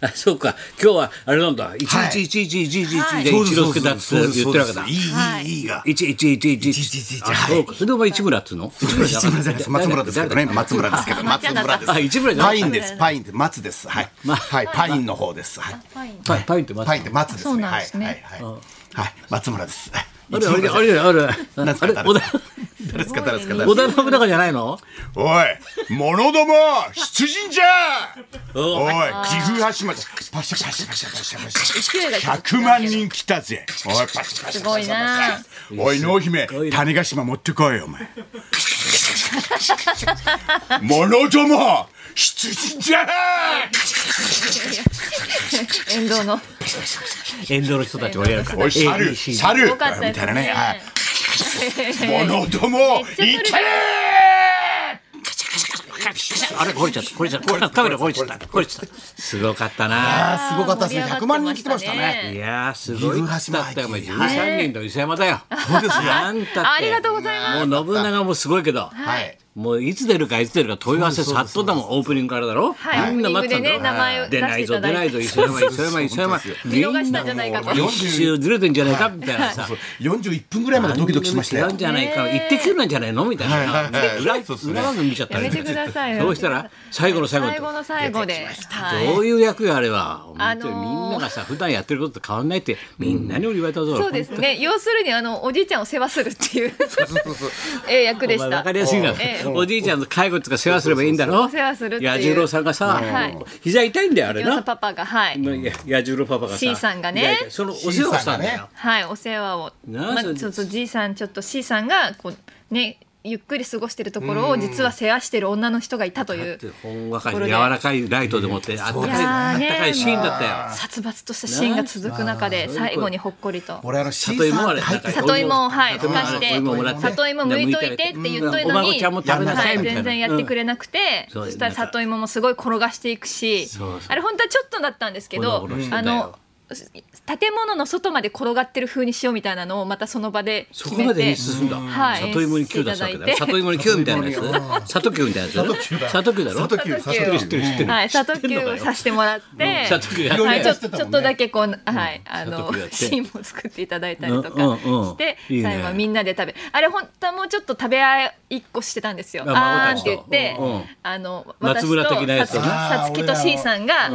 あそうか今日はあれなんだ一はい日一日一日はいでそう一之輔だって言ってるわけだいいはいいいいいが一一一一一一あそうかそれでお前市村っつうの市村じゃすなみかまったせん松村ですけどね松村ですけど松松村村ですあ市村じゃなパいインですパインって松ですはいはいパインの方ですはいパインパイパインって松パインって松ですねそうなんですねはいはいはいはい松村ですはいあれあれあれあれあれ何ですあかれ誰織で田すか誰ですか誰ですか誰で織す田信長じゃないのかおい物ども出陣じゃおい岐阜羽島でパシャパシャパシャパシャパシ勢いがャ100万人来たぜおいパシャパシャパシャパシャすごいなおい濃姫ごいな種子島持ってこいよお前物ども出陣じゃ沿道の沿道の人たちもやるからおい猿 ABC 猿よかったですねみたいなねはい物ども行けあれこれちゃったこれちゃったカメラこれちゃったこれちゃったすごかったなあーすごかったですね100万人来てましたねいやーすごいだったよ岐阜羽島駅13人の伊勢山だよそうですなんたってありがとうございますもう信長もすごいけどはいもういつ出るかいつ出るか問い合わせ殺到だもんオープニングからだろ、はいみんな待ってたんだろ、オープニングでね名前を出ないぞ出して出いたなだいいぞて磯山磯山磯山そう見逃したんじゃないかとみんなも4う週ずれてんじゃないかみたいなさ41分ぐらいまでドキドキしました違ようんじゃないか行ってくるなんじゃないのみたいな裏裏番組見ちゃったやねめてくださいそうしたら最後の最後最後の最後でどはういう役よあれは本あ当のにーみんながさ普段やってることと変わんないってみんなに俺言われたぞいそうですね要するにあのおじいちゃんを世話するっていう ええ役でまあしわたかりやすいなええ。おじいちゃんの介護とか世話すればいいんだろ。そうそうそうお世話するっていう彌十郎さんがさはい、膝痛いんだよあれ要さな。パパがはい彌十郎パパがさ。 C さんが膝ね痛いそのお世話したんだよ。はい、お世話を。なあまあ、それちょっとじいさん、ちょっと C さんが、こう、ね、ゆっくり過ごしてるところを、実は世話してる女の人がいたという。ほんわかに柔らかいライトでもってあったかいあいやーっねたかいシーンだったよ。殺伐としたシーンが続く中で、最後にほっこりと。俺あの C 里芋さんあってれ入ってた里芋をはい里芋ふかして里芋もらって里芋剥いといてって言っといのお孫に、ちゃんも食べなさいみたいな。全然やってくれなくて、そうそしたら里芋もすごい転がしていくしそうそうあれ本当はちょっとだったんですけどゴロゴロしてたあよの建物の外まで転がってる風にしようみたいなのをまたその場でそ決こめまでて演出するんだ。はい里芋にキュー出すわけだよ。 演出していただいて里芋にキューみたいなやつ。里キューみたいなやつ。里キューだろ。里急里急知ってるはい、砂糖球をさせてもらって、砂糖球やってはい、ちょやってたもんねちょっとだけこう、はい、あ砂糖の球やってシーンも作っていただいたりとかうんうんうんして、いいね最後はみんなで食べ、あれ本当はもうちょっと食べ合い一個してたんですよ。あ孫たあーんっちとて言って、うんうんあの松村的なやつ私とあーさつきと C さんが、あ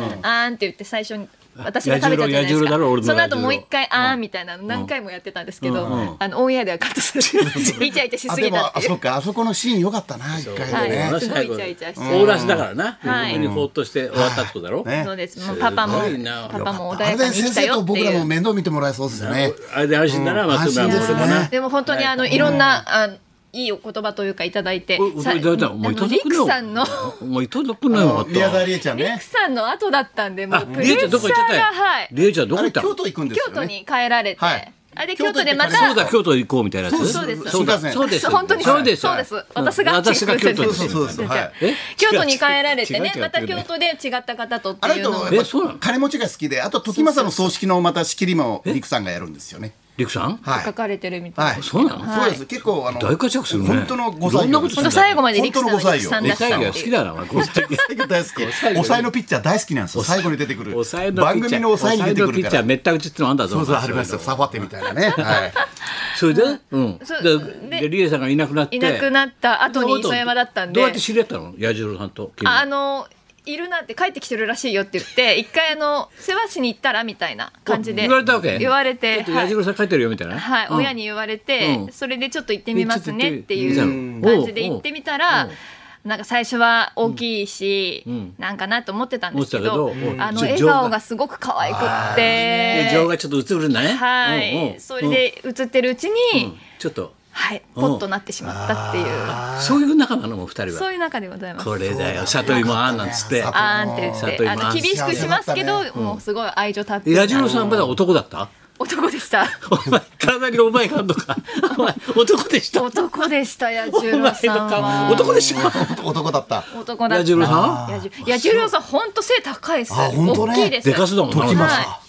ーんって言って最初に。私が食べたじゃないでやじろすうやじろうだろ俺かのそのやじ後ろうもう一回あーんみたいなの何回もやってたんですけど、うんうんあのオンエアではカットす るイチャイチャしあすでぎたっもあていうそうかあそこのシーン良かったな一回でねはいすごいイチャイチャしてオーラスだからな。は本い当にほっとして終わったってことだろ。ねそうですもうパパもすごいなパパも穏あれやかでに先来た生よとって僕らいうも面倒見てもらえそうですよねあれで安心だな、松村安心もでそすれもねな。でも本当にあのいろんなあのいいお言葉というかいただいて、おいただいたのあもういたのだリくのクさんのリもういただくのよかった。宮沢りえちゃんねクさんの後だったんでもあう、プりレえちゃんッシャーどこ行っちゃったよがはい。りえちゃんどこあ行っれたの京都行くんです京よ都ねに帰られて、はいあで京都でま京都そうただ、京都行こうみたいなやつ。そうですそうだ、新幹線そうです。本当にそうです。そうです私が私が京都にそうそうですはいえ京都に帰られてね違う違う違うまた京都で違った方とってあれいうとのをえそうなの金持ちが好きであと時政の葬式のまた仕切りも陸さんがやるんですよねりくさんはい書かれてるみたいな。はいそうなのそうです結構あの大活躍するね本当のご歳いろんなことす本る当最後までリクさん本当のはごリクさんりらリクしささんっが好ていきう。だな、お前。この人最後大好き 抑えの抑えのピッチャー大好きなんですよ最後に出てくる抑えのピッチャー 番組の抑えに出てく抑ピるッかチャーらめった打ちってのあんだぞ。そうそうありますよサファテみたいなねはいそれで、うん。そうで、でで、リエさんがいなくなって。いなくなった後に磯山だったんでどうやって知り合ったの、彌十郎さんと。ああのいるなって帰ってきてるらしいよって 言って一回あの世話しに行ったらみたいな感じおで言われたわけ言われちょてっとは彌い十郎さん書いてるよみたいな。はいうん親に。言われて、うんそれでちょっと行ってみますねっていえうちょっと行ってみたの感じで行ってみたら。なんか最初は大きいし、なんかなと思ってたんですけど思ってたけどうんあのちょ笑顔がすごく可愛くっで、情てがちょっと映るんだね。はい、うんうんそれで映ってるうちに、うんちょっと。はいポッとなってしまったっていう、そういう仲なのもう二人そは。ういう中でございますこれだよ、里芋あんなんつって。あーんって言っ里て、芋あの厳しくしますけど、もうすごい愛情たっぷりな彌十郎さんまだ男だった。男 でした。お前、体にお前があんのか。お前、男でした。男でした、彌お前十郎のさん顔は。男でした。 男だった男だっ彌た。十郎さん彌十郎さん、本当背高いです。あほんとね大きいです。でかすだもんな時政は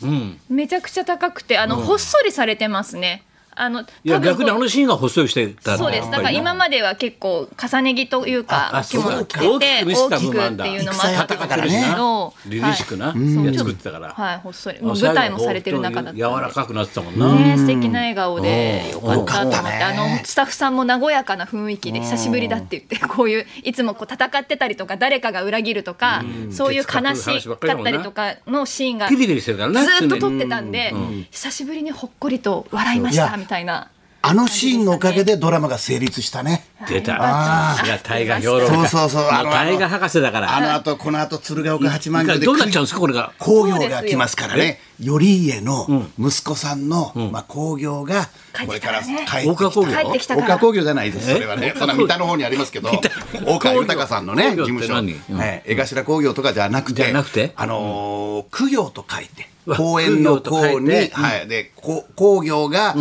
いめちゃくちゃ高くて、あの、ほっそりされてますね。あのいや多分逆にあのシーンが細いしてたそうですだから今までは結構重ね着というあかあ着物着ててそうか大きく見せた大き分もあくんっだていうのもあったんですけど戦やったからねはい凛々しくなそうやつ作ってたからはいほっそりもう舞台もされてる中だったんで柔らかくなってたもんな、ね、素敵な笑顔でよかったと思よっかて、ったねあのスタッフさんも和やかな雰囲気で久しぶりだって言ってこういういつもこう戦ってたりとか誰かが裏切るとかそういう悲しかったりとかのシーンがキずリキリしてるからねーっと常撮っにてたんで久しぶりにほっこりと笑いましいやたみたいな。あのシーンのおかげでドラマが成立したね。出たあーさすが大河評論家そうそうそうあのも大河博士だからあの後、この後、鶴岡八幡宮でどうなっちゃうんですかこれが工業が来ますからね。頼家の息子さんの、まあ、工業が、帰っこてれきたかかららね帰って大川工業帰ってきたから大川工業じゃないです。えそれはね。大そん川工な業三田の方にありますけど三田、大川豊さんのね、工業事務所。工業って何うんええ江頭工業とかじゃなくじゃて、なくてあのー、苦行と書いてうわ、公園の苦公行と書いに、てはい。で、こ工業が、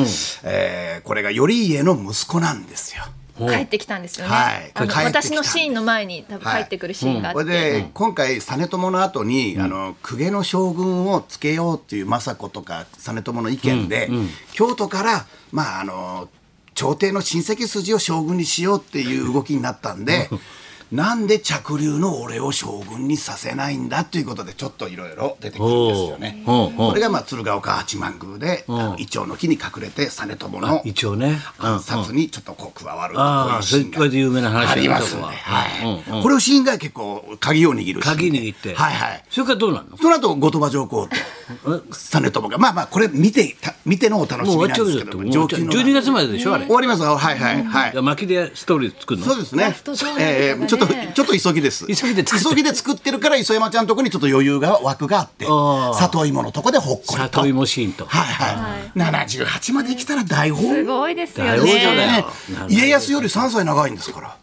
えーこれが頼家の息子なんですよ。帰ってきたんですよね。はいあの帰ってきた私のシーンの前に多分帰ってくるシーンがあっこて、れで、今回実朝の後に、あの公家の将軍をつけようっていう政子とか実朝の意見で、京都からまああの朝廷の親戚筋を将軍にしようっていう動きになったん で。なんで着流の俺を将軍にさせないんだということでちょっといろいろ出てくるんですよね。おうおうおうこれがまあ鶴岡八幡宮であのイチョウの木に隠れて実朝の一応ね暗殺にちょっとこう加わるこああういうシーンそれそれで有名な話だがあねりますねそこははいうんうんこれをシーンが結構鍵を握るシーンで鍵握ってはいはいそれからどうなんのその後後鳥羽上皇と 実朝がまあまあこれ見てた見てのお楽しもう終みわっなちゃんうでじすゃんけどとも上級の12月まででしょあれ終わりますよはいはいはいいや巻きでストーリー作るのそうですねフト上映とかねええちょっとちょっと急ぎです急ぎで作って急ぎで作ってるから磯山ちゃんのとこにちょっと余裕が枠があってああ里芋のとこでほっこりと里芋シーンとはいはい78まで来たら大本すごいですよ大ね。王女だねよ家康より3歳長いんですから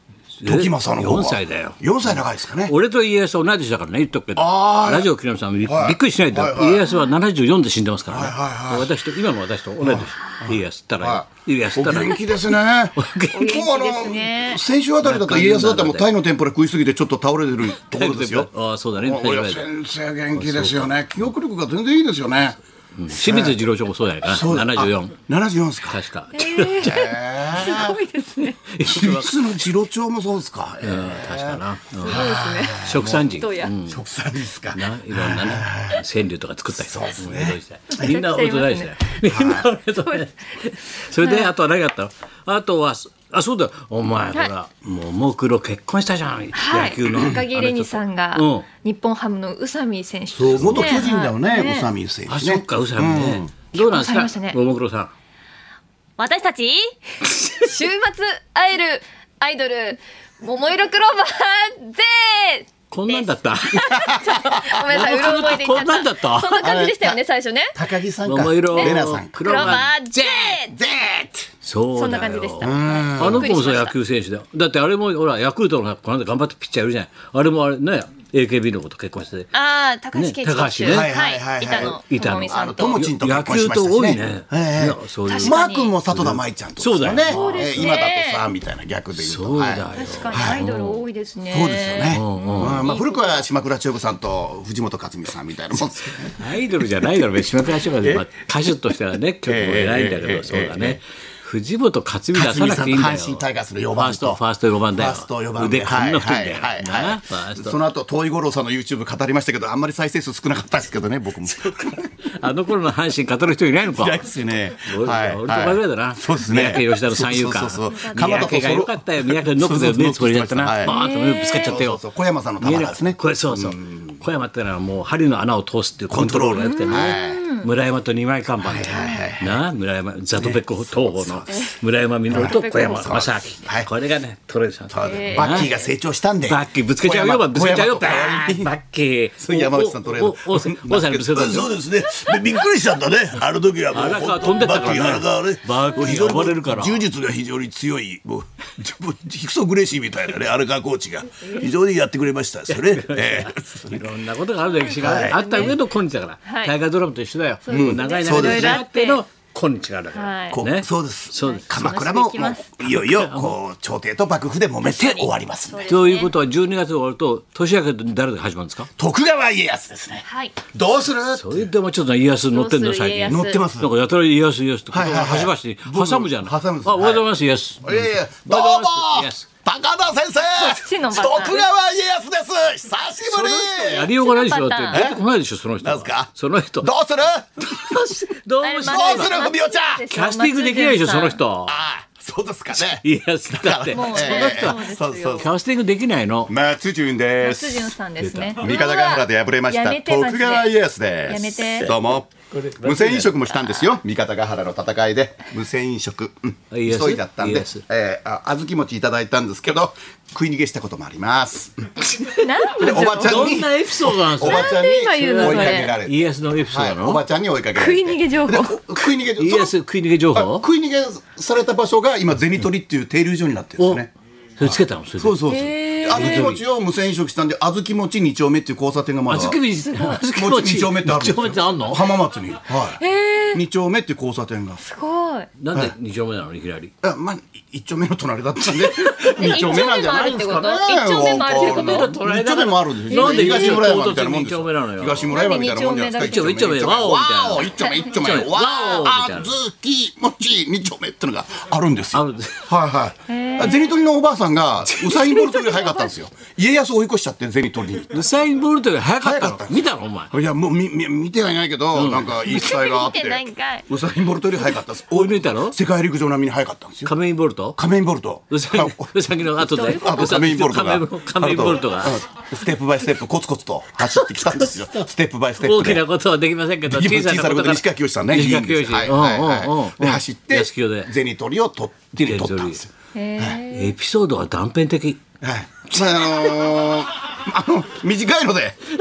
時政の方が4歳だよ4歳長いですかね俺と家康は同い年だからね言っとくけどあーラジオ木南さんび,、はいびっくりしないで、はいはい家康は74で死んでますからね、はいはいはい私と今の私と同い年家康ったらよ、家康っおたらよ元気ですね。今気日あですねの先週あたりだったら家康だったらもうタイの天ぷら食いすぎてちょっと倒れてるところですよ。ああそうだねおいや先生元気ですよね。記憶力が全然いいですよね。清水次郎長もそうやから74。七十四ですか。確か、すごいですね。秘密の次郎長もそうですか。えうんー確かな、うんすごいですね。食産人どうや。食産ですか。ないろんなね川柳とか作った人うん江戸時代みんなめ俺ちゃとくちゃ大しだいますよねみんな俺と大しそれであとは何があったのあとはあそうだお前ほらももクロ結婚したじゃんは野い、球の高木玲二さんがうん日本ハムの宇佐美選手ですそね、う元巨人だよはいね。宇佐美選手ね。あそっか宇佐美ねどうなんです結婚されかましたねももクロさん私たち 週末会えるアイドル桃色クローバーぜーこんなんだった ごめんなさい、うろ覚えで言っちゃこんった。なんだったそんな感じでしたよね、最初ね。高木さんか。桃色レナさんか。ククロローバマーぜーゼーそうだよそんな感じでした。あの子もそうびっ野く球選手だよ。だってあれもほらヤクルトのこの間頑張ってピッチャーいるじゃない。あれもあれね AKB の子と結婚してて。ああ、高橋ね圭一高橋選手。ねはい、ははいはいいはい板野板野友美さあんのと。友珍と結婚しましたし野球ねと多いね。ええいやそういう確マかにー君も里田舞ちゃんとですよね。そうだよそうですね今だとさみたいな逆で言うと。そうだよはい確かにアイドル多いですね。そうですよね。んうんうんまあ古くは島倉千代子さんと藤本克美さんみたいなもんですけどね。アイドルじゃないだろうね。島倉千代子でまあ歌手としてはね曲も偉いんだけええどそうだね。藤本克美出克さ美なさくてんといいんだよ。阪神タイガースの4ファー番ストと。ファースト4番だよ。ファースト4番で腕かんなくていいんだよ。はいはいなはファーいスそト。の後遠い五郎さんの YouTube 語りましたけどあんまり再生数少なかったですけどね僕も。あの頃の阪神語る人いないのか。嫌いですよね。俺と前ぐらいだな。そうですね。三宅吉田の三遊間。そうそうそう三宅が良かったよ。三宅ノックでね、つぼりだったな。バーンと目ぶつかっちゃったそうよそう。小山さんの球見えなでかっすたね。これそうそう。小山ってのはもう針の穴を通すっていうコントロールがよくてコントロね。村山と二枚看板で。なあ、村山、ザトペック東方の村山実と小山正は明。いこれがね、トレードさん。ババッキーが成長したんで。ッキーぶつけちゃうよ、ぶつけちゃうよ。バッキー。山内さんトレーおドおおお大さんにぶつけたんだよそうですね。でびっくりしたんだね。あの時はもう荒川飛んでったからねバッキー荒川ね。バッキーもう非常に暴れるから柔術が非常に強い、もう、もうヒクソグレイシーみたいなね、荒川コーチが非常にやってくれましたですよね。ええいろんなことがある歴史があるあった上の今日だから、はい大河ドラマと一緒だよ、もう長いそう長でいすね長いあっての今日があるから、はいこうねそうですそうです鎌倉もそうしていきますもういよいよこう朝廷と幕府で揉めて終わりますんでということは12月終わると年明け誰で始まるんですか徳川家康ですねはいどうするそれでもちょっと家康乗ってんの最近乗ってますなんかやたら家康家康って言はいはい葉はい端々に挟むじゃない、僕挟むんですあおはようございます家康、いやいやどうもイエス高田先っ生ちの徳パタ川ーン家康です久しぶりやりようがないでしょだそのパってターン出てこないでしょその人なはんすかその人どうするどうもしないどうする文雄ちゃんキャスティングできないでしょその。人ああそうですかね家康だ ってだからもうえねえそうですよそうそうキャスティングできないの松潤で松潤さんですね。三方ヶ原で敗れましやためてマジ徳で川家康ですやめてどうも無銭飲食もしたんですよ三方ヶ原の戦いで無銭飲食、うん、あ家康急いだったん家で康、えー、あ小豆餅いただいたんですけど食い逃げしたこともありますなんででおばちゃんどにんなエピソードなんですおかばちゃんになんで今言うの追いかけられて、家康のエピソードはい、なおばのちゃんに追いかけられ食てい逃げ情でお報。食い逃げその家康食い逃げ情あ報食い逃げされた場所が今銭取りっていう停留所になってるんおですねそれつけたのそれそうでそうそう小豆餅を無銭飲食したんで小豆餅2丁目っていう交差点がまだ小豆餅小豆餅餅2丁目ってあるんです二丁目よってあんの浜松にはい2丁目っていう交差点がすごい。なんで二丁目なのいきなりあまあ1丁目の隣だった んで2丁目なんじゃないですかね一丁目もあるってことわかんない一一丁目丁目ももああるんるんでですすよよ東村山みたいななんで二もんです丁目なのよ東村山みたいなもんじゃないですかなんで二丁目だわお一一丁丁目目一一丁丁目目わわおおみたいなあずき餅2丁目ってのがあるんですよあるんですはいはい銭取りのおばあさんがウサイン・ボルトより早かったんですよ家康追い越しちゃって銭取りにウサイン・ボルトが早かったの早かった見たのお前いやもうみみ見てはいないけど、なんか言い伝えがあって見てないんかいウサイン・ボルトより早かったです追い抜いたの世界陸上並みに早かったんですよカメイン・ボルト仮面ボルトウサギあウサギの後であと仮面ボルトがカメインボルトがあとうんステップバイステップコツコツと走ってきたんですよステップバイステッ大プきなでことはできませんけど自分小小さなさなこことかとでら西川きよしさんね西川きいいよんでしすよはいはいうんうんはうんいで走って安清で銭取りを取手に取ったんですよへエピソードは断片的はいまああのーあの短いのでえ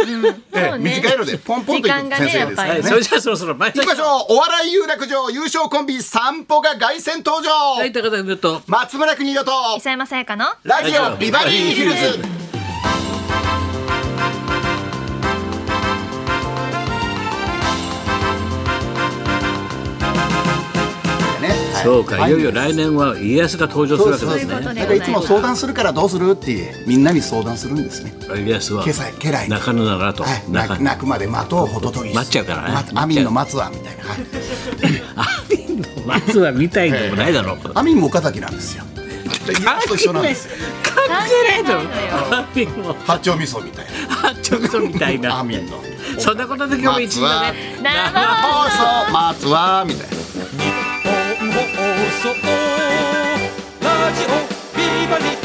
そえうね短いのでポンポンと行時間くがね先生やっですぱりはいそれじゃあそろそろ参り行きましょうお笑い有楽町優勝コンビ散歩が凱旋登場、はい高田君と松村邦洋とー磯山さやかの。ラジオビバリーヒルズそうかいよいよ来年は家康が登場するわけそうでですねすねということでだからいつも相談するからどうするってみんなに相談するんですね。家康は家来家来中野だなとはい、中泣く泣くまで待とうほどとぎ待っちゃうからねまアミンの松はみたいな、はい、まずは見たいでもないだろうアミンも岡崎なんですよ 家と一緒なんですよ関係ないのよ。ハッピーも八丁味噌 みたいハッチョクソみたいななアミンのそんなことで今日も一日だね生放送放送松はみたいな日本放送ラジオビバリー